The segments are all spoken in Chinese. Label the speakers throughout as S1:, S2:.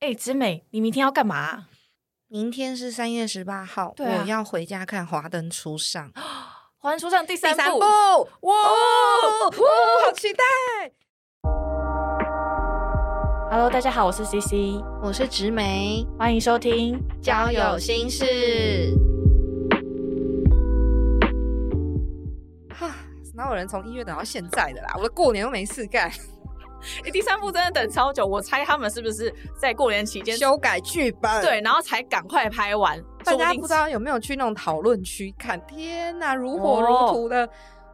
S1: 哎、直美，你明天要干嘛啊、
S2: 明天是三月十八号，
S1: 对啊
S2: 我要回家看《华灯初上》
S1: 华人书上第三部，
S2: 哇哦，好期待！
S1: Hello，大家好，我是 CC，
S2: 我是植梅，
S1: 欢迎收听。
S2: 交友心事。哈，啊哪有人从一月等到现在的啦？我的过年都没事 干，
S1: 哎、第三部真的等超久，我猜他们是不是在过年期间
S2: 修改剧本。，
S1: 对，然后才赶快拍完，
S2: 大
S1: 说
S2: 家
S1: 定
S2: 不知道有没有去那种讨论区看？天哪，如火
S1: 哦
S2: 如荼的。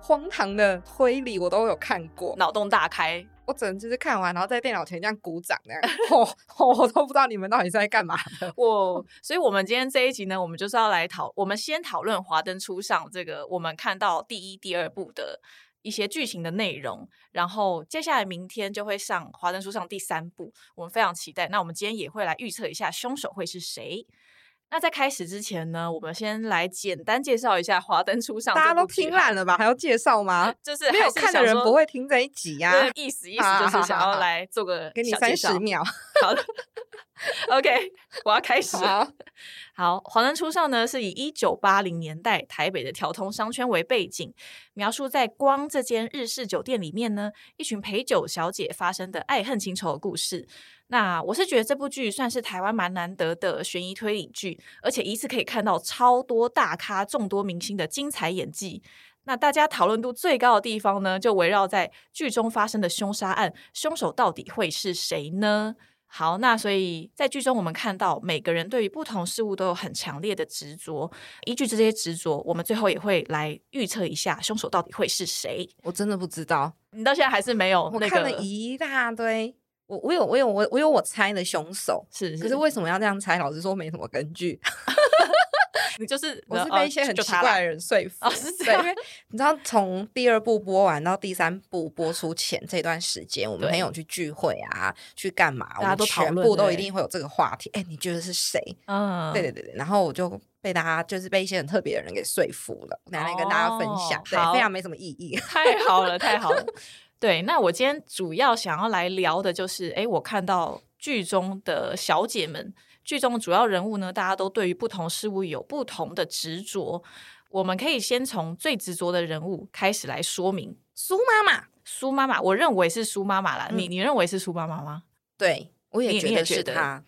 S2: 荒唐的推理我都有看过，
S1: 脑洞大开。
S2: 我只能就是看完，然后在电脑前这样鼓掌那样， 哦，我都不知道你们到底是在干嘛的。嗯
S1: 我，所以我们今天这一集呢，我们就是要来讨，我们先讨论《华灯初上》这个我们看到第一、第二部的一些剧情的内容，然后接下来明天就会上《华灯初上》第三部，我们非常期待。那我们今天也会来预测一下凶手会是谁。那在开始之前呢，我们先来简单介绍一下《华灯初上》。
S2: 大家都听，烂了吧？还要介 绍吗？
S1: 就是
S2: 没有
S1: 还是
S2: 看的
S1: 想
S2: 人
S1: 说
S2: 不会听这一集呀、
S1: 对意思意思就
S2: 好好
S1: 是想
S2: 好
S1: 要
S2: 好
S1: 来做个
S2: 给你
S1: 小
S2: 三
S1: 介绍
S2: 十。秒。
S1: 好的，OK，我要开始了。
S2: 好，
S1: 好，《华灯初上》呢是以一九八零年代台北的条通商圈为背景，描述在光这间日式酒店里面呢，一群陪酒小姐发生的爱恨情仇的故事。那我是觉得这部剧算是台湾蛮难得的悬疑推理剧，而且一次可以看到超多大咖、众多明星的精彩演技。那大家讨论度最高的地方呢，就围绕在剧中发生的凶杀案，凶手到底会是谁呢？好，那所以在剧中我们看到每个人对于不同事物都有很强烈的执着，依据这些执着，我们最后也会来预测一下凶手到底会是谁。
S2: 我真的不知道，
S1: 你到现在还是没有
S2: 我
S1: 哦那
S2: 看了
S1: 个，
S2: 一大堆。我我有我有我我有我猜的凶手，
S1: 是
S2: 可是为什么要这样猜？老实说没什么 根据，
S1: 你哦就是
S2: 我是被一些很奇怪的人说服。
S1: 哦是这
S2: 对，
S1: 样
S2: 因为你知道，从第二部播完到第三部播出前这段时间，我们
S1: 对
S2: 很有去聚会啊，去干嘛？
S1: 大家都
S2: 我们全
S1: 讨论
S2: 部都
S1: 对
S2: 一定会有这个话题。哎、你觉得是谁？
S1: 嗯，
S2: 对对对对，然后我就被大家就是被一些很特别的人给说服了，拿来跟大家分享，
S1: 哦好
S2: 对，非常没什么意义。
S1: 太好了，太好了。 对，那我今天主要想要来聊的就是，诶，我看到剧中的小姐们，剧中的主要人物呢，大家都对于不同事物有不同的执着。我们可以先从最执着的人物开始来说明。
S2: 苏妈妈，
S1: 苏妈妈，我认为是苏妈妈啦。你
S2: 嗯
S1: 你认为是苏妈妈吗？
S2: 对我
S1: 你
S2: 也觉
S1: 你也
S2: 得
S1: 觉
S2: 是
S1: 得
S2: 她，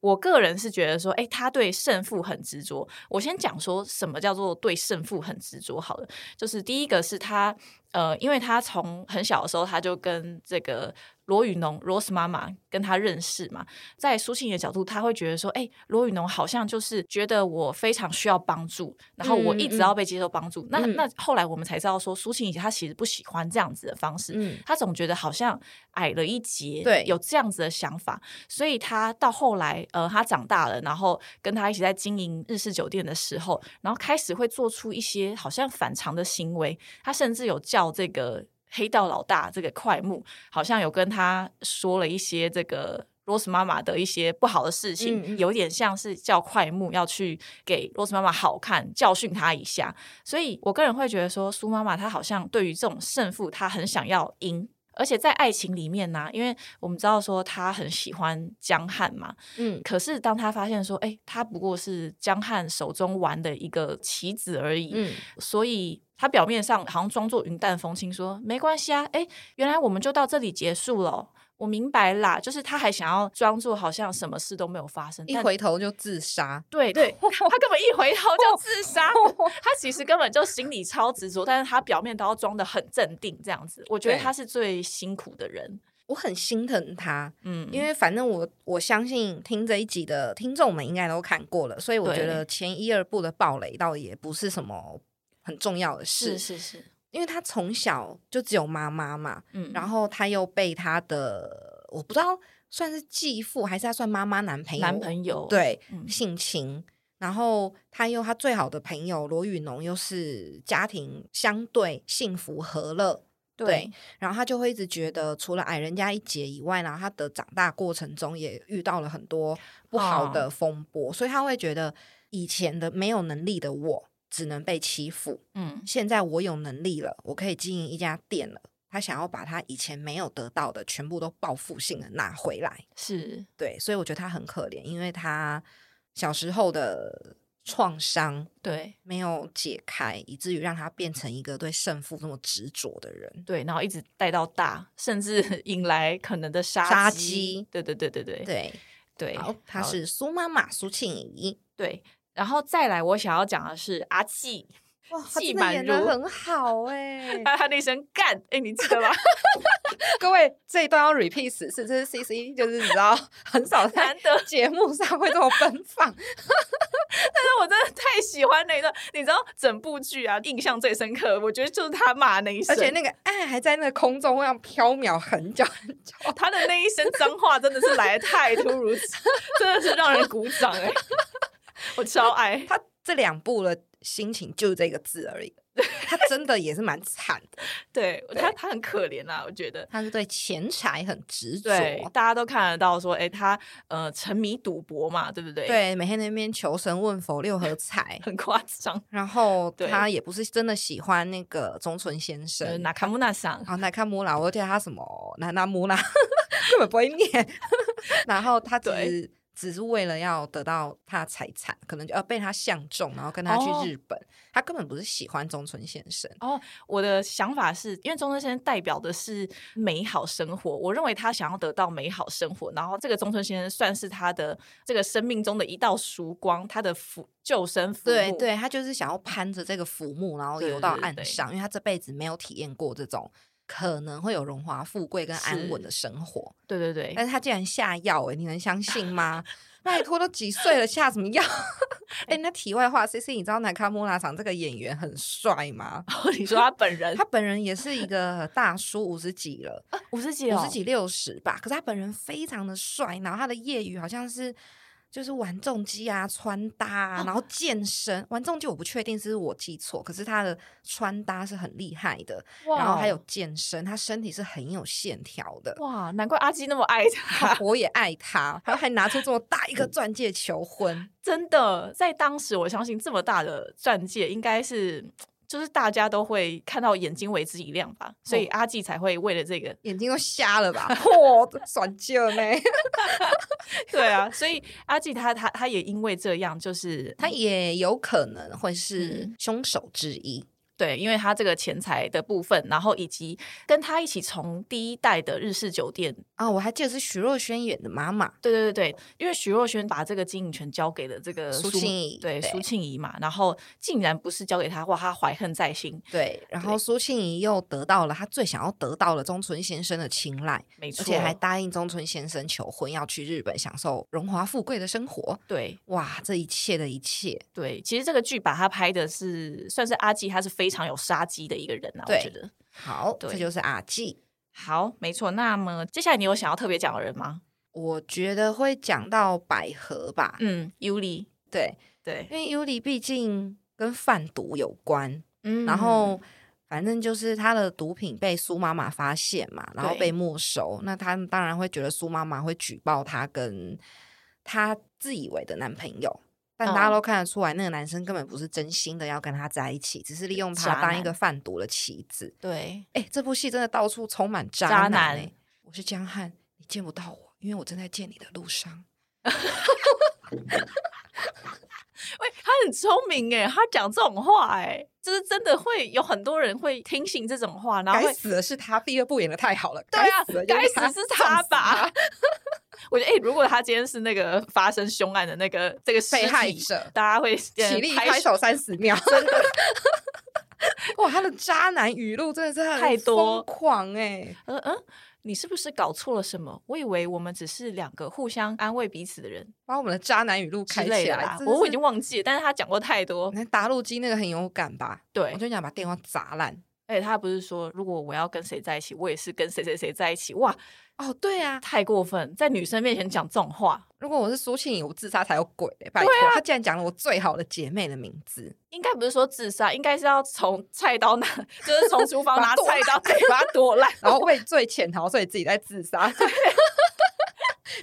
S1: 我个人是觉得说，哎、他对胜负很执着。我先讲说什么叫做对胜负很执着好了，就是第一个是他，呃，因为他从很小的时候他就跟这个罗宇农 Rose 妈妈跟他认识嘛，在苏庆的角度，他会觉得说，哎、罗宇农好像就是觉得我非常需要帮助，然后我一直
S2: 嗯嗯
S1: 要被接受帮助。那
S2: 嗯
S1: 那后来我们才知道说，苏庆怡她其实不喜欢这样子的方式，
S2: 嗯，
S1: 他总觉得好像矮了一截，
S2: 对
S1: 有这样子的想法，所以他到后来，呃，他长大了，然后跟他一起在经营日式酒店的时候，然后开始会做出一些好像反常的行为，他甚至有叫这个黑道老大这个快木，好像有跟他说了一些这个。罗斯妈妈的一些不好的事情，
S2: 嗯嗯
S1: 有点像是叫快木要去给罗斯妈妈好看，教训她一下。所以我个人会觉得说，苏妈妈她好像对于这种胜负，她很想要赢。而且在爱情里面呢、因为我们知道说她很喜欢江汉嘛，
S2: 嗯，
S1: 可是当她发现说，哎，她不过是江汉手中玩的一个棋子而已，
S2: 嗯，
S1: 所以她表面上好像装作云淡风轻说没关系啊，哎，原来我们就到这里结束了哦、我明白啦，就是她还想要装作好像什么事都没有发生，
S2: 一
S1: 但
S2: 回头就自杀。
S1: 对对，他根本一回头就
S2: 哦
S1: 自杀，他其实根本就心里超执着，但是他表面都要装的很镇定，这样子，我觉得
S2: 对
S1: 他是最辛苦的人。
S2: 我很心疼她，
S1: 嗯，
S2: 因为反正我我相信听这一集的听众们应该都看过了，所以我觉
S1: 对
S2: 得前一二部的暴雷倒也不是什么很重要的事，
S1: 是是，
S2: 因为她从小就只有妈妈嘛，
S1: 嗯，
S2: 然后他又被他的我不知道算是继父还是他算妈妈男朋友
S1: 男朋友
S2: 对、
S1: 嗯
S2: 性侵，然后他又他最好的朋友罗宇农又是家庭相对幸福和乐，
S1: 对
S2: 然后他就会一直觉得除了矮人家一截以外，然后他的长大过程中也遇到了很多不好
S1: 哦
S2: 的风波，所以他会觉得以前的没有能力的我只能被欺负，
S1: 嗯
S2: 现在我有能力了，我可以经营一家店了，他想要把他以前没有得到的全部都报复性的拿回来。
S1: 是
S2: 对，所以我觉得他很可怜，因为他小时候的创伤
S1: 对
S2: 没有解开，以至于让他变成一个对胜负那么执着的人。
S1: 对，然后一直带到大，甚至 引来可能的杀
S2: 杀
S1: 机
S2: 机。
S1: 对对对对对
S2: 对，
S1: 对，
S2: 好，她
S1: 好
S2: 是苏妈妈苏庆怡，
S1: 对。然后再来，我想要讲的是阿纪，
S2: 哇，她
S1: 季
S2: 真的
S1: 满
S2: 演的
S1: 如
S2: 很 好哎、
S1: 他他那声干，哎，你记得吗？
S2: 各位这一段要 repeat 十次，这是 C C，就是你知道很少在
S1: 难得
S2: 节目上会这么奔放。
S1: 但我真的太喜欢那一段，你知道整部剧啊，印象最深刻，我觉得就是他骂那一声，
S2: 而且那个爱还在那个空中，让飘渺很久 很久。
S1: 他的那一声脏话真的是来的太突如其， 真的是让人鼓掌哎、 我超爱。
S2: 他这两部的心情就是这个字而已，他真的也是蛮惨的。
S1: 对他，他很可怜啊，我觉得。
S2: 他是对钱财很执着，
S1: 对，大家都看得到说，哎、他呃沉迷赌博嘛，对不对？，。
S2: 对，每天在那边求神问佛六合彩
S1: 很夸张。
S2: 然后
S1: 对
S2: 他也不是真的喜欢那个中村先
S1: 呃，
S2: 生，
S1: 纳卡木纳桑，
S2: 好，来看穆拉，我记得他什么南南穆拉 根本不会念， 然后他只是只是为了要得到他的财产，可能就呃要被他相中，然后跟他
S1: 哦
S2: 去日本。他根本不是喜欢中村先生，
S1: 我的想法是因为中村先生代表的是美好生活，我认为他想要得到美好生活，然后这个中村先生算是他的这个生命中的一道曙光，他的福救生父
S2: 对
S1: 母。
S2: 对，他就是想要攀着这个浮木，然后
S1: 对
S2: 游到
S1: 对
S2: 岸
S1: 对
S2: 上，因为他这辈子没有体验过这种。可能会有荣华富贵跟安稳
S1: 是
S2: 的生活，
S1: 对对对
S2: 但是他竟然下药、欸，你 能相信吗？拜托，都几岁了，下什么药？ 哎、那题外话，C C，你知道南卡莫拉场这个演员很帅吗？
S1: 你说他本人
S2: 他本人也是一个大叔，五十 几了，
S1: 五十几
S2: 五
S1: 哦，
S2: 十几六十吧。可是他本人非常的帅，然后他的业余好像是就是玩重机啊、穿搭啊，
S1: 哦
S2: 然后健身。玩重机我不确定是不是我记错，可是他的穿搭是很厉害的，
S1: 哇哦
S2: 然后还有健身，他身体是很有线条的。
S1: 哇，难怪阿基那么爱 他，
S2: 我也爱他，他还拿出这么大一个钻戒求婚，
S1: 真的，在当时我相信这么大的钻戒，应该是就是大家都会看到眼睛为之一亮吧，
S2: 哦
S1: 所以阿纪才会为了这个，
S2: 眼睛都瞎 了吧？嚯，转戒呢？
S1: 对啊，所以阿纪他他他也因为这样，就是
S2: 他也有可能会是
S1: 嗯
S2: 凶手之一。
S1: 对，因为他这个钱财的部分，然后以及跟他一起从第一代的日式酒店，
S2: 啊、我还记得是徐若瑄演的妈妈，
S1: 对对对对，因为徐若瑄把这个经营权交给了这个
S2: 苏庆怡
S1: 对
S2: 对
S1: 苏庆怡嘛，然后竟然不是交给他，哇，他怀恨在心，
S2: 对，然后苏庆怡又得到了她最想要得到的中村先生的青睐，
S1: 没错，
S2: 而且还答应中村先生求婚，要去日本享受荣华富贵的生活。
S1: 对。
S2: 哇，这一切的一切，
S1: 对，其实这个剧把他拍的是算是阿纪，他是非常有杀机的一个人啊，我
S2: 对
S1: 觉得。
S2: 好，这
S1: 对
S2: 就是阿纪。
S1: 好，没错。那么接下来你有想要特别讲的人吗？
S2: 我觉得会讲到百合吧，
S1: 嗯，尤里，
S2: 对，
S1: 对
S2: 因，为尤里毕竟跟贩毒有关，
S1: 嗯
S2: 然后反正就是他的毒品被苏妈妈发现嘛，然后
S1: 对
S2: 被没收，那他当然会觉得苏妈妈会举报他跟他自以为的男朋友。但大家
S1: 嗯
S2: 都看得出来，那个男生根本不是真心的要跟他在一起，只是利用
S1: 渣
S2: 他当一
S1: 男
S2: 个贩毒的棋子。
S1: 对，
S2: 哎、这部戏真的到处充满渣
S1: 渣
S2: 男、
S1: 男
S2: 欸。我是江汉，你见不到我，因为我正在见你的路上。
S1: 喂，他很聪明哎，他讲这种话哎，就是真的会有很多人会听信这种话，然后
S2: 该
S1: 会。
S2: 死的是他，第二部演的太好了。
S1: 对啊
S2: 死的，就
S1: 该死是他
S2: 撞死
S1: 吧？ 我觉得，哎、如果他今天是那个发生凶案的那个这个
S2: 被
S1: 尸
S2: 害
S1: 体
S2: 者
S1: 大家会呃
S2: 起立拍手三十秒。哇，他的渣男语录真的是很
S1: 太多
S2: 疯狂哎、
S1: 嗯嗯，你是不是搞错了什么？我以为我们只是两个互相安慰彼此的人
S2: 把我们的渣男语录
S1: 之
S2: 开
S1: 类
S2: 起
S1: 的
S2: 来
S1: 啦。。
S2: 真的
S1: 我我已
S2: 是嗯
S1: 经，忘记了，但是他讲过太多
S2: 你。看打录机那个很有感吧？
S1: 对
S2: 我，就想把电话砸烂。
S1: 而且他不是说，如果我要跟谁在一起，我也是跟谁谁谁在一起。哇，
S2: 哦，对啊，
S1: 太过分，在女生面前讲这种话，
S2: 如果我是苏庆怡，我自杀才有鬼、欸！拜托，
S1: 啊
S2: 他竟然讲了我最好的姐妹的名字，
S1: 应该不是说自杀，应该是要从菜刀拿，就是从厨房
S2: 把它
S1: 拿
S2: 剁
S1: 菜刀，对，把它剁烂。
S2: 然后畏罪潜逃，所以自己在自杀。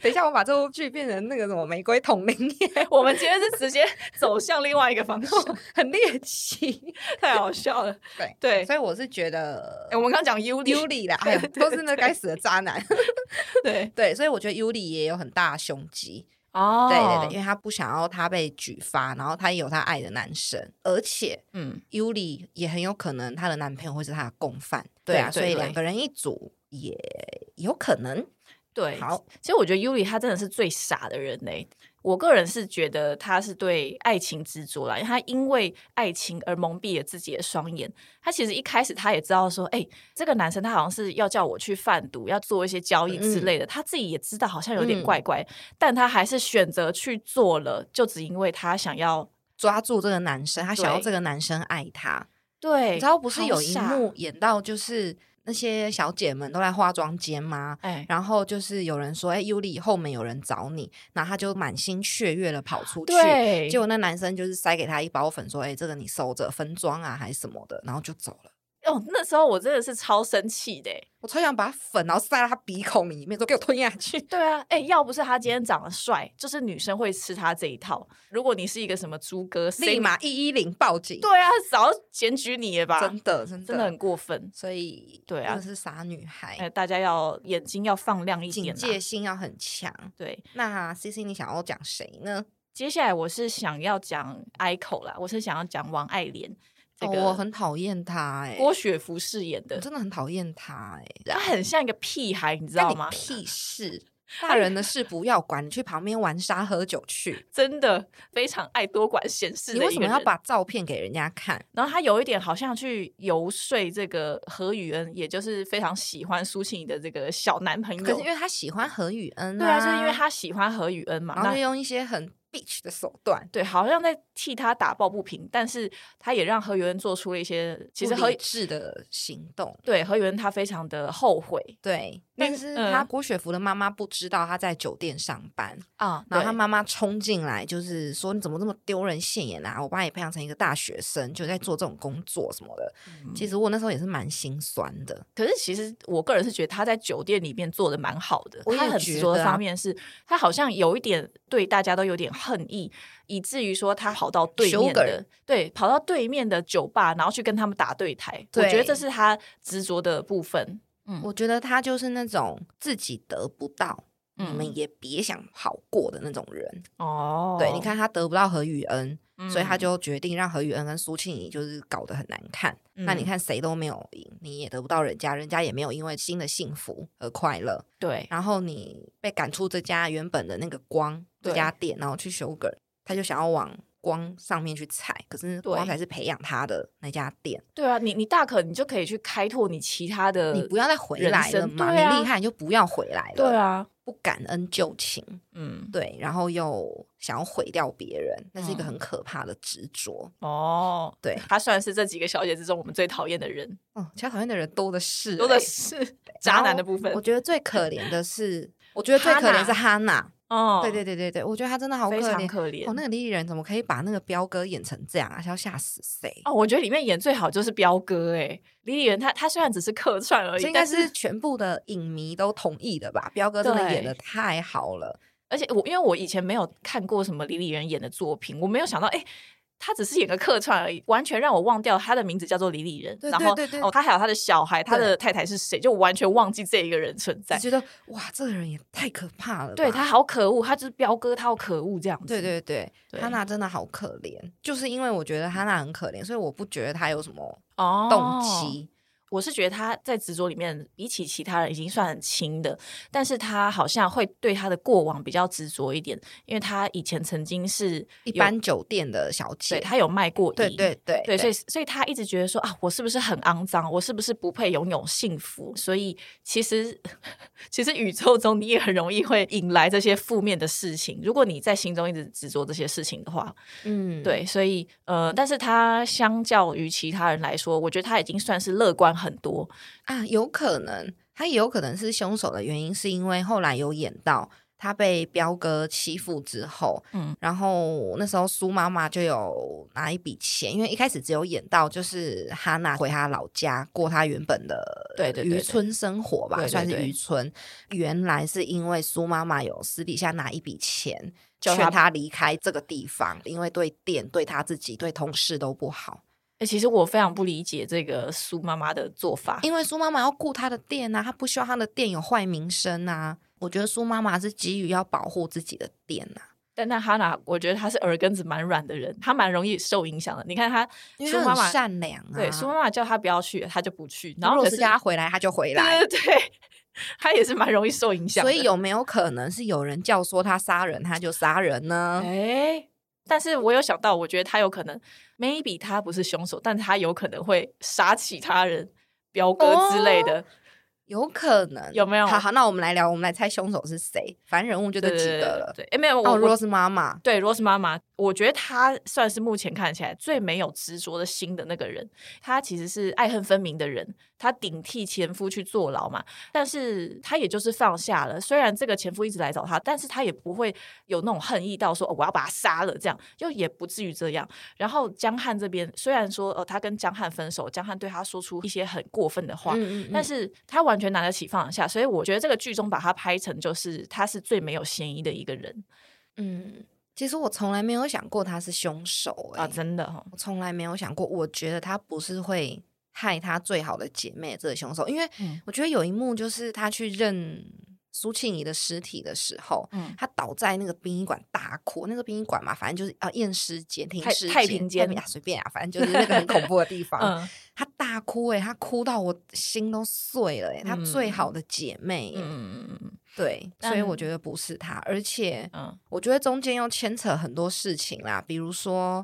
S2: 等一下，我把这部剧变成那个什么玫瑰同龄夜，
S1: 我们今天是直接走向另外一个方向，
S2: 很猎奇。
S1: 太好笑了。
S2: 对
S1: 对，
S2: 所以我是觉得
S1: 哎我们刚讲 U
S2: 尤里啦，哎呦，都是那该死的渣男。
S1: 对
S2: 对，所以我觉得尤里也有很大的胸肌。
S1: 哦
S2: 对对对，因为他不想要他被举发，然后他也有他爱的男生，而且
S1: 嗯，
S2: 尤里也很有可能她的男朋友会是她的共犯。对啊，
S1: 对
S2: 所以
S1: 对
S2: 两个人一组也有可能。
S1: 对。
S2: 好，
S1: 其实我觉得 Yuri 他真的是最傻的人嘞、我个人是觉得他是对爱情执着啦，因为他因为爱情而蒙蔽了自己的双眼。他其实一开始他也知道说，哎、这个男生他好像是要叫我去贩毒，要做一些交易之类的。他自己也知道好像有点
S2: 嗯
S1: 怪怪，但他还是选择去做了，就只因为他想要
S2: 抓住这个男生，他想要
S1: 对
S2: 这个男生爱她。
S1: 对。
S2: 你知道不是
S1: 好
S2: 有一
S1: 傻
S2: 幕演到就是那些小姐们都来化妆间吗？
S1: 哎、
S2: 然后就是有人说：“哎、尤里后面有人找你。”然后他就满心雀跃的跑出去，
S1: 对，
S2: 结果那男生就是塞给他一包粉，说：“哎、这个你收着，分装啊还是什么的。”然后就走了。
S1: 哦，那时候我真的是超生气的欸、
S2: 我超想把粉然后塞到他鼻孔里面，说：“给我吞下去。
S1: 对啊，哎、要不是他今天长得帅，就是女生会吃他这一套。如果你是一个什么猪哥，”谁
S2: 立马一一零报警。
S1: 对啊，早就检举你了吧？
S2: 真的，真的，
S1: 真的很过分。
S2: 所以
S1: 对啊
S2: 真的是傻女
S1: 哎、
S2: 孩，
S1: 大家要眼睛要放亮一点、
S2: 警
S1: 啊。
S2: 戒心要很强。
S1: 对，
S2: 那 C C，你想要讲谁呢？
S1: 接下来我是想要讲 ICO 啦，我是想要讲王爱莲这
S2: 哦
S1: 个、
S2: 我很讨厌他、欸，
S1: 郭雪芙饰演
S2: 我
S1: 的，
S2: 真的很讨厌他、欸，
S1: 她很像一个屁孩，你知
S2: 干
S1: 道
S2: 你
S1: 吗？
S2: 屁事！大人的事不要管，你去旁边玩沙喝酒去。
S1: 真的非常爱多管闲事的
S2: 你
S1: 一个
S2: 为
S1: 人。
S2: 什么要把照片给人家看？
S1: 然后他有一点好像去游说这个何宇恩，也就是非常喜欢苏庆怡的这个小男朋
S2: 可是因
S1: 友。
S2: 为他喜欢何雨恩、
S1: 对啊，就是因为，他喜欢何宇恩嘛，
S2: 然后
S1: 那
S2: 就用一些很 bitch 的手段。
S1: 对，好像在替他打抱不平，但是他也让何宇恩做出了一些，其实
S2: 不
S1: 何
S2: 理智的行动，
S1: 对何宇恩他非常的后悔
S2: 对，
S1: 但
S2: 但是
S1: 嗯
S2: 他郭雪芙的妈妈不知道他在酒店上班，
S1: 啊，
S2: 然
S1: 对
S2: 后他妈妈冲进来，就是说你怎么这么丢人现眼啊！我把你培养成一个大学生，就在做这种工作什么的。
S1: 嗯
S2: 其实我那时候也是蛮心酸的，
S1: 可是其实我个人是觉得他在酒店里面做的蛮好的，
S2: 我也
S1: 他很
S2: 觉
S1: 执着的
S2: 得啊
S1: 方面是，他好像有一点对大家都有点恨意，以至于说他跑到对面
S2: Sugar
S1: 的，对，跑到对面的酒吧，然后去跟他们打对台。我
S2: 对
S1: 觉得这是他执着的部分。嗯
S2: 我觉得他就是那种自己得不到，
S1: 嗯
S2: 你们也别想好过的那种人。
S1: 哦
S2: 对，你，看他得不到何雨恩，
S1: 嗯
S2: 所以他就决定让何雨恩跟苏庆怡就是搞得很难看。那你
S1: 嗯
S2: 看谁都没有赢，你也得不到人家，人家也没有因为新的幸福而快乐。
S1: 对，
S2: 然后你被赶出这家原本的那个光
S1: 对
S2: 这家店，然后去修改，他就想要往光上面去踩，可是光
S1: 对
S2: 才是培养他的那家店，
S1: 对啊，你你大可你就可以去开拓你其他的，
S2: 你不要再回
S1: 人
S2: 来了
S1: 生
S2: 嘛，
S1: 对啊
S2: 你厉害你就不要回来了，
S1: 对，啊，
S2: 不感恩旧情，
S1: 嗯，
S2: 对，然后又想要毁掉别人，那是一个
S1: 嗯
S2: 很可怕的执着。
S1: 哦，
S2: 对
S1: 他算是这几个小姐之中我们最讨厌的人，
S2: 哦，其他讨厌的人多的是、
S1: 多的
S2: 欸
S1: 是 渣男的部分
S2: 我。觉得最可怜 的是，我觉得最
S1: 哈
S2: 可怜
S1: 娜
S2: 是哈娜。
S1: 哦，
S2: 对对对对对，我觉得她真的好可
S1: 非
S2: 怜
S1: 常，可怜。
S2: 哦，那个李李仁怎么可以把那个彪哥演成这样啊？是要吓死谁？
S1: 哦，我觉得里面演最好就是彪哥哎、李李仁他他虽然只是客串而已，
S2: 这应该
S1: 但是
S2: 是全部的影迷都同意的吧？彪哥真的
S1: 对
S2: 演的太好了，
S1: 而且我因为我以前没有看过什么李李仁演的作品，我没有想到哎、他只是演个客串而已，完全让我忘掉他的名字叫做李李仁，
S2: 对
S1: 然后
S2: 对对对
S1: 哦他还有他的小孩，他的太太是谁，就完全忘记这一个人存
S2: 就
S1: 在。
S2: 觉得哇，这个人也太可怕了吧。
S1: 对他好可恶，他就是彪哥，他好可恶这样子。
S2: 对对对，
S1: 对嗯
S2: 哈娜真的好可怜，就是因为我觉得哈娜很可怜，所以我不觉得她有什么
S1: 哦，
S2: 动机。
S1: 我是觉得他在执着里面，比起其他人已经算很轻的，但是他好像会对他的过往比较执着一点，因为他以前曾经是
S2: 一
S1: 有
S2: 般酒店的小姐
S1: 对，他有卖过淫，
S2: 对对对
S1: 对，所以所以他一直觉得说啊，我是不是很肮脏？我是不是不配拥有幸福？所以其实 其实宇宙中你也很容易会引来这些负面的事情。如果你在心中一直执着这些事情的话，
S2: 嗯，
S1: 对，所以呃，但是他相较于其他人来说，我觉得他已经算是乐观很多。
S2: 啊，有可能，他也有可能是凶手的原因，是因为后来有演到他被彪哥欺负之后，
S1: 嗯
S2: 嗯，然后那时候苏妈妈就有拿一笔钱，因为一开始只有演到就是哈娜回她老家过她原本的
S1: 对对对对
S2: 渔村生活吧，
S1: 对对
S2: 算是
S1: 对
S2: 渔村。原来是因为苏妈妈有私底下拿一笔钱
S1: 叫
S2: 劝
S1: 她
S2: 她离开这个地方，因为对店、对她自己、对同事都不好。
S1: 哎、其实我非常不理解这个苏妈妈的做法，
S2: 因为苏妈妈要顾她的店啊，她不希望她的店有坏名声啊。我觉得苏妈妈是基于要保护自己的店啊，
S1: 但那哈娜，我觉得她是耳根子蛮软的人，她蛮容易受影响的。你看她
S2: 因为
S1: 苏
S2: 她
S1: 妈
S2: 很
S1: 妈，
S2: 善良啊。
S1: 对苏妈妈叫她不要去，她就不去。然
S2: 然
S1: 后
S2: 后
S1: 可
S2: 老
S1: 是
S2: 师叫她回来，她就回来。
S1: 对对对，她也是蛮容易受影响的。
S2: 所以有没有可能是有人教唆她杀人，她就杀人呢？
S1: 哎、但是我有想到，我觉得她有可能，maybe 她不是凶手，但她有可能会杀其他人、彪哥之
S2: 哦
S1: 类的。
S2: 有可能，
S1: 有没有
S2: 好好，那我们来聊，我们来猜凶手是谁。反正人物就这
S1: 对
S2: 几个了。
S1: 对，哎、没有我、
S2: 哦，如
S1: 我
S2: 果是妈妈，
S1: 对 Rose 妈妈，我觉得她算是目前看起来最没有执着的心的那个人。她其实是爱恨分明的人，她顶替前夫去坐牢嘛，但是她也就是放下了。虽然这个前夫一直来找她，但是她也不会有那种恨意到说、哦、我要把他杀了这样，就也不至于这样。然后江汉这边虽然说呃，她跟江汉分手，江汉对她说出一些很过分的话，
S2: 嗯
S1: 但是她完全拿得起放得下，所以我觉得这个剧中把她拍成就是她是最没有嫌疑的一个人
S2: 嗯，其实我从来没有想过他是凶手、欸、
S1: 啊，真的哈、哦。
S2: 我从来没有想过，我觉得他不是会害他最好的姐妹这个凶手，因为
S1: 嗯
S2: 我觉得有一幕就是他去认苏庆怡的尸体的时候，
S1: 嗯
S2: 他倒在那个殡仪馆大哭，那个殡仪馆嘛，反正就是啊验尸间、停
S1: 太
S2: 尸
S1: 太平间
S2: 太啊，随便啊， 反正就是那个很恐怖的地方。
S1: 嗯
S2: 他大哭诶、他哭到我心都碎了诶、他最好的姐妹、欸，
S1: 嗯嗯
S2: 对，
S1: 但
S2: 所以我觉得不是他，而且
S1: 嗯
S2: 我觉得中间又牵扯很多事情啦，比如说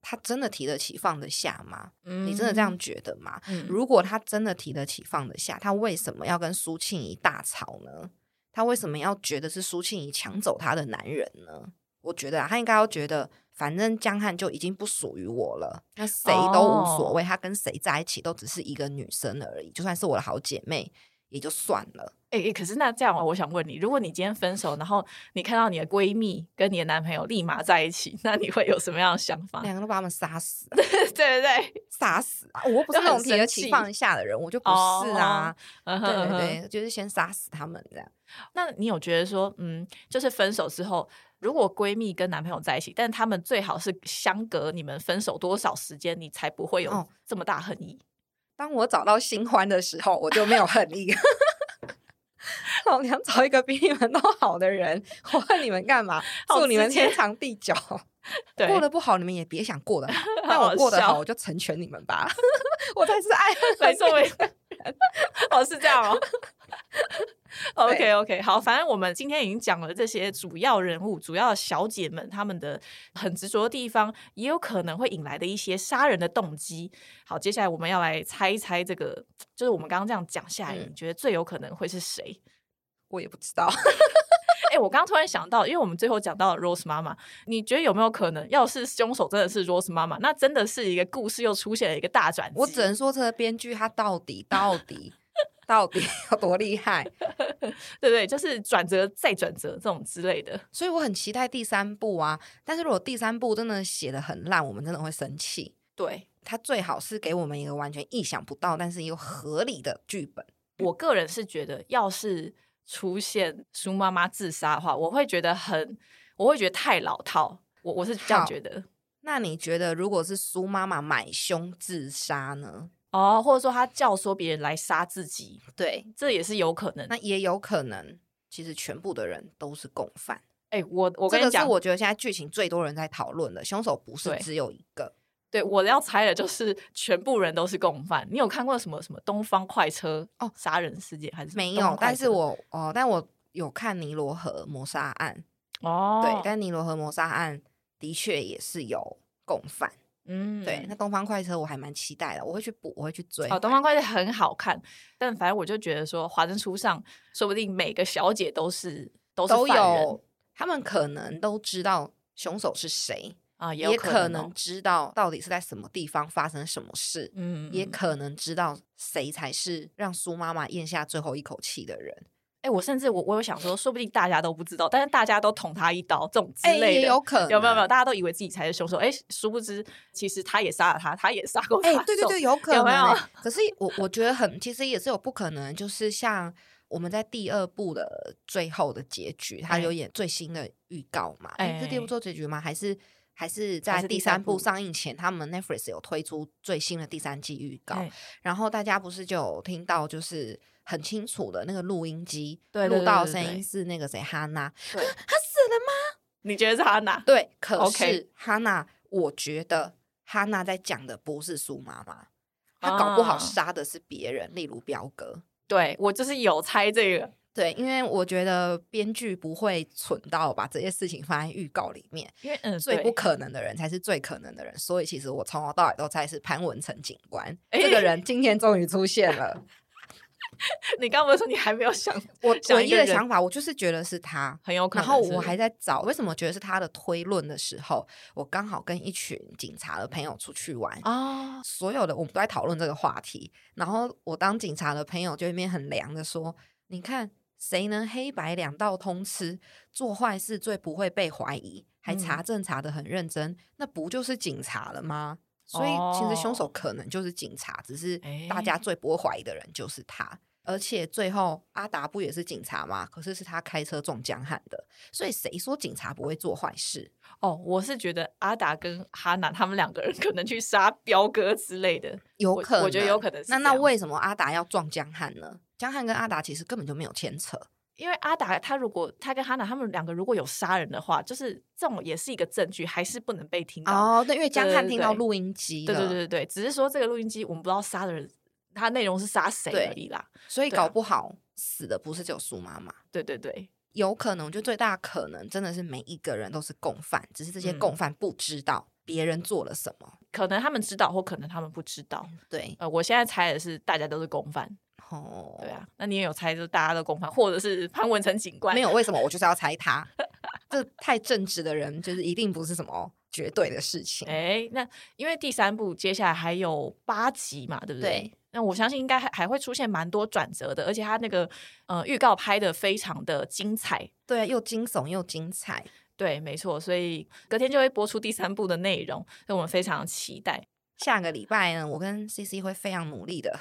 S2: 他真的提得起放得下吗？
S1: 嗯
S2: 你真的这样？觉得吗？
S1: 嗯
S2: 如果他真的提得起放得下，他为什么要跟苏庆怡大吵呢？他为什么要觉得是苏庆怡抢走他的男人呢？我觉得啊，他应该要觉得，反正江汉就已经不属于我了，那谁都无所谓，他跟谁在一起都只是一个女生而已，就算是我的好姐妹也就算了。
S1: 哎、欸可是那这样，我想问你，如果你今天分手，然后你看到你的闺蜜跟你的男朋友立马在一起，那你会有什么样的想法？
S2: 两个都把他们杀死，
S1: 对不对？
S2: 杀死啊！我又不是那种
S1: 就很哦
S2: 提
S1: 生
S2: 得
S1: 气
S2: 起放得下的人，我就不是啊。
S1: 对
S2: 对对对，就是先杀死他们这样。
S1: 嗯那你有觉得说，嗯，就是分手之后，如果闺蜜跟男朋友在一起，但他们最好是相隔你们分手多少时间，你才不会有
S2: 哦
S1: 这么大恨意？
S2: 当我找到新欢的时候，我就没有恨意。 老娘找一个比你们都好的人，我恨你们干嘛？
S1: 好
S2: 祝你们
S1: 直接
S2: 天长地久。
S1: 对，。
S2: 过得不好，你们也别想过得好 那我过得
S1: 好
S2: 好，
S1: 笑
S2: 我就成全你们吧。 我才是爱 恨分
S1: 没错，
S2: 明
S1: 没错。哦，是这样 哦。OK
S2: 对
S1: OK，好，反正我们今天已经讲了这些主要人物、主要小姐们她们的很执着的地方，也有可能会引来的一些杀人的动机。好，接下来我们要来猜一猜这个，就是我们刚刚这样讲下来，
S2: 嗯
S1: 你觉得最有可能会是谁？
S2: 我也不知道。
S1: 哎、我刚刚突然想到，因为我们最后讲到了 Rose 妈妈，你觉得有没有可能，要是凶手真的是 Rose 妈妈，那真的是一个故事又出现了一个大转折？
S2: 我只能说，这个编剧他到底到底到底有多厉害？
S1: 对不对？就是转折再转折这种之类的。
S2: 所以我很期待第三部啊。但是如果第三部真的写的很烂，我们真的会生气。
S1: 对，
S2: 他最好是给我们一个完全意想不到，但是又合理的剧本。
S1: 我个人是觉得，要是出现苏妈妈自杀的话，我会觉得很，我会觉得太老套。我我是这样
S2: 好
S1: 觉得
S2: 那你觉得，如果是苏妈妈买凶自杀呢？
S1: 哦，或者说他教唆别人来杀自己，
S2: 对，
S1: 这也是有可能。
S2: 那也有可能，其实全部的人都是共犯。
S1: 哎、我我
S2: 这
S1: 跟你
S2: 个是
S1: 讲，
S2: 我觉得现在剧情最多人在讨论的，凶手不是
S1: 对
S2: 只有一个。
S1: 对我要猜的就是全部人都是共犯。你有看过什么什么东方快车
S2: 哦
S1: 杀人事件还是什么
S2: 没
S1: 东
S2: 有
S1: 快，
S2: 但
S1: 车
S2: 是我哦，但我有看尼罗河谋杀案，
S1: 哦，
S2: 对，但尼罗河谋杀案的确也是有共犯。
S1: 嗯
S2: 对，那东方快车我还蛮期待的，我会去补，我会去追。
S1: 哦，东方快车很好看，但反正我就觉得说，华灯初上，说不定每个小姐都是都是
S2: 都
S1: 犯人
S2: 有，他们可能都知道凶手是谁，
S1: 啊，
S2: 也
S1: 有可哦
S2: 能知道到底是在什么地方发生什么事，
S1: 嗯
S2: 也可能知道谁才是让苏妈妈咽下最后一口气的人。
S1: 哎、我甚至我我有想说，说不定大家都不知道，但是大家都捅他一刀，这种之
S2: 哎、
S1: 类
S2: 也
S1: 的。
S2: 有可能
S1: 有没有没有？大家都以为自己才是凶手，哎、殊不知其实他也杀了他，他也杀过他。
S2: 哎、对对对，，有可
S1: 有
S2: 能
S1: 没有
S2: 欸、 可是我我觉得很，其实也是有不可能，就是像我们在第二部的最后的结局，他
S1: 哎
S2: 有演最新的预告嘛？哎、是第二
S1: 哎
S2: 部做结局吗？还是还是
S1: 还是
S2: 在第
S1: 第三
S2: 三部
S1: 部
S2: 上映前，他们 Netflix 有推出最新的第三季预告？
S1: 哎
S2: 然后大家不是就有听到，就是很清楚的那个录音机
S1: 对对
S2: 录
S1: 对
S2: 到
S1: 对
S2: 声
S1: 对
S2: 音是那个谁哈娜，
S1: 对
S2: 她死了吗？
S1: 你觉得是他哪？
S2: 对，可
S1: OK
S2: 是哈娜，我觉得哈娜在讲的不是苏妈妈，她搞不好
S1: 啊
S2: 杀的是别人，例如彪哥。
S1: 对我就是有猜这个，
S2: 对，因为我觉得编剧不会蠢到把这些事情放在预告里面，
S1: 因为嗯，
S2: 最
S1: 对
S2: 不可能的人才是最可能的人，所以其实我从头到尾都猜是潘文成警官、
S1: 哎
S2: 这个人，今天终于出现 了。
S1: 你刚不是说你还没有 想，
S2: 我
S1: 想
S2: 唯
S1: 一
S2: 一
S1: 个
S2: 的
S1: 人
S2: 想法，我就是觉得是他，
S1: 很有可能
S2: 然
S1: 是。
S2: 后我还在找，为什么觉得是他的推论的时候，我刚好跟一群警察的朋友出去玩，
S1: 啊，
S2: 所有的我们都在讨论这个话题。然后我当警察的朋友就一面很凉的说：“你看谁能黑白两道通吃，做坏事最不会被怀疑，还
S1: 嗯
S2: 查证查的很认真，那不就是警察了吗？”所以其实凶手可能就是警察，只是大家
S1: 哦诶
S2: 最不会怀疑的人就是他。而且最后阿达不也是警察吗？可是是他开车撞江汉的，所以谁说警察不会做坏事？
S1: 哦，我是觉得阿达跟哈娜他们两个人可能去杀彪哥之类的，
S2: 有
S1: 我
S2: 可能，
S1: 我觉得有可能是
S2: 那
S1: 这
S2: 那
S1: 样
S2: 为什么阿达要撞江汉呢？江汉跟阿达其实根本就没有牵扯，
S1: 因为阿达他如果他跟哈娜他们两个如果有杀人的话，就是这种也是一个证据，还是不能被听到。
S2: 哦，对，因为江汉
S1: 对对
S2: 听到
S1: 对
S2: 录音机
S1: 对
S2: 了，
S1: 对对对对，只是说这个录音机我们不知道杀的人，他内容是杀谁
S2: 对
S1: 而已啦。
S2: 所以
S1: 对啊
S2: 搞不好死的不是只有苏妈妈，
S1: 对对对，
S2: 有可能，我觉得最大的可能真的是每一个人都是共犯，只是这些
S1: 嗯
S2: 共犯不知道别人做了什么。
S1: 可能他们知道，或可能他们不知道。
S2: 对，
S1: 呃，我现在猜的是大家都是共犯，
S2: 哦，
S1: 对啊，那你也有猜就是大家都共犯，或者是潘文成警官
S2: 没有为什 么我就是要猜他，这太正直的人就是一定不是什么绝对的事情。
S1: 哎，那因为第三部接下来还有八集嘛，对不对？
S2: 对
S1: 那我相信应该还还会出现蛮多转折的，而且它那个呃预告拍的非常的精彩。
S2: 对啊，又惊悚又精彩。
S1: 对，没错，所以隔天就会播出第三部的内容，所以我们非常期待。
S2: 下个礼拜呢，我跟 C C 会非常努力的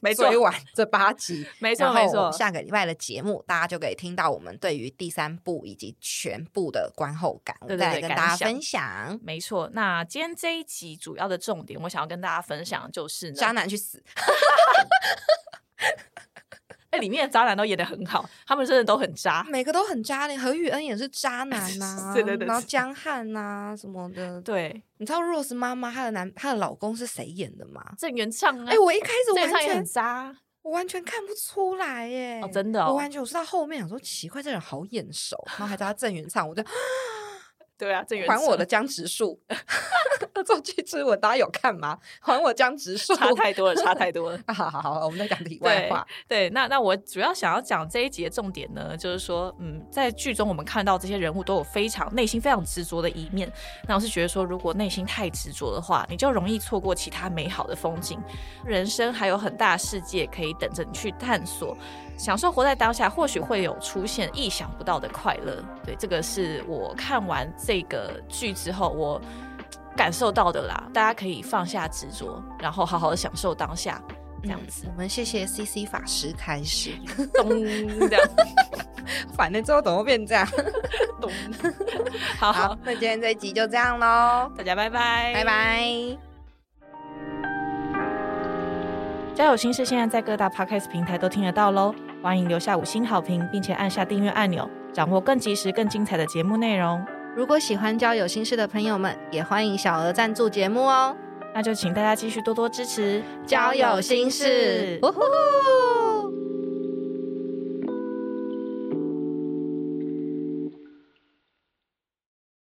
S1: 没错
S2: 追，完这八集，
S1: 没错
S2: 然后
S1: 没错
S2: 我们下个礼拜的节目，大家就可以听到我们对于第三部以及全部的观后感，我
S1: 对
S2: 们
S1: 对
S2: 再来
S1: 对
S2: 跟
S1: 感
S2: 大家
S1: 想
S2: 分享。
S1: 没错。那今天这一集主要的重点，我想要跟大家分享的就是呢
S2: 渣，男去死！
S1: 哎，里面的渣男都演的很好，他们真的都很渣。
S2: 每个都很渣嘞，何宇恩也是渣 男呐、
S1: 对对对
S2: 然后江汉呐、什么的。
S1: 对，
S2: 你知道 Rose 妈妈她的男她的老公是谁演的吗？
S1: 郑元畅啊，
S2: 哎、我一开始
S1: 郑
S2: 完
S1: 元畅也很
S2: 全
S1: 渣啊。
S2: 我完全看不出来耶，
S1: 哦真的哦
S2: 我完全我是到后面想说奇怪，这人好眼熟，然后还找他郑元畅，我就
S1: 对啊，郑元
S2: 还我
S1: 畅
S2: 的江直 树，周剧之吻大家有看吗？还我江直树，
S1: 差太多了，差太多了。
S2: 啊！ 好好好，我们在讲题外话。嗯
S1: 对，那那我主要想要讲这一集的重点呢，就是说，嗯，在剧中我们看到这些人物都有非常内心非常执着的一面。那我是觉得说，如果内心太执着的话，你就容易错过其他美好的风景。人生还有很大的世界可以等着你去探索，享受活在当下，或许会有出现意想不到的快乐。对，这个是我看完这个剧之后我。感受到的啦，大家可以放下执着，然后好好的享受当下，这样子。
S2: 我们谢谢 C C 法师开 始，
S1: 咚，这样
S2: 反正最后怎么会变这样？
S1: 咚。好，
S2: 好，那今天这一集就这样喽，
S1: 大家拜拜，
S2: 拜。拜。
S1: 家有心事现在在各大 podcast 平台都听得到喽，欢迎留下五星好评，并且按下订阅按钮，掌握更及时、更精彩的节目内容。
S2: 如果喜欢交友心事的朋友们，也欢迎小额赞助节目哦。
S1: 那就请大家继续多多支持
S2: 交友心事，呜呼！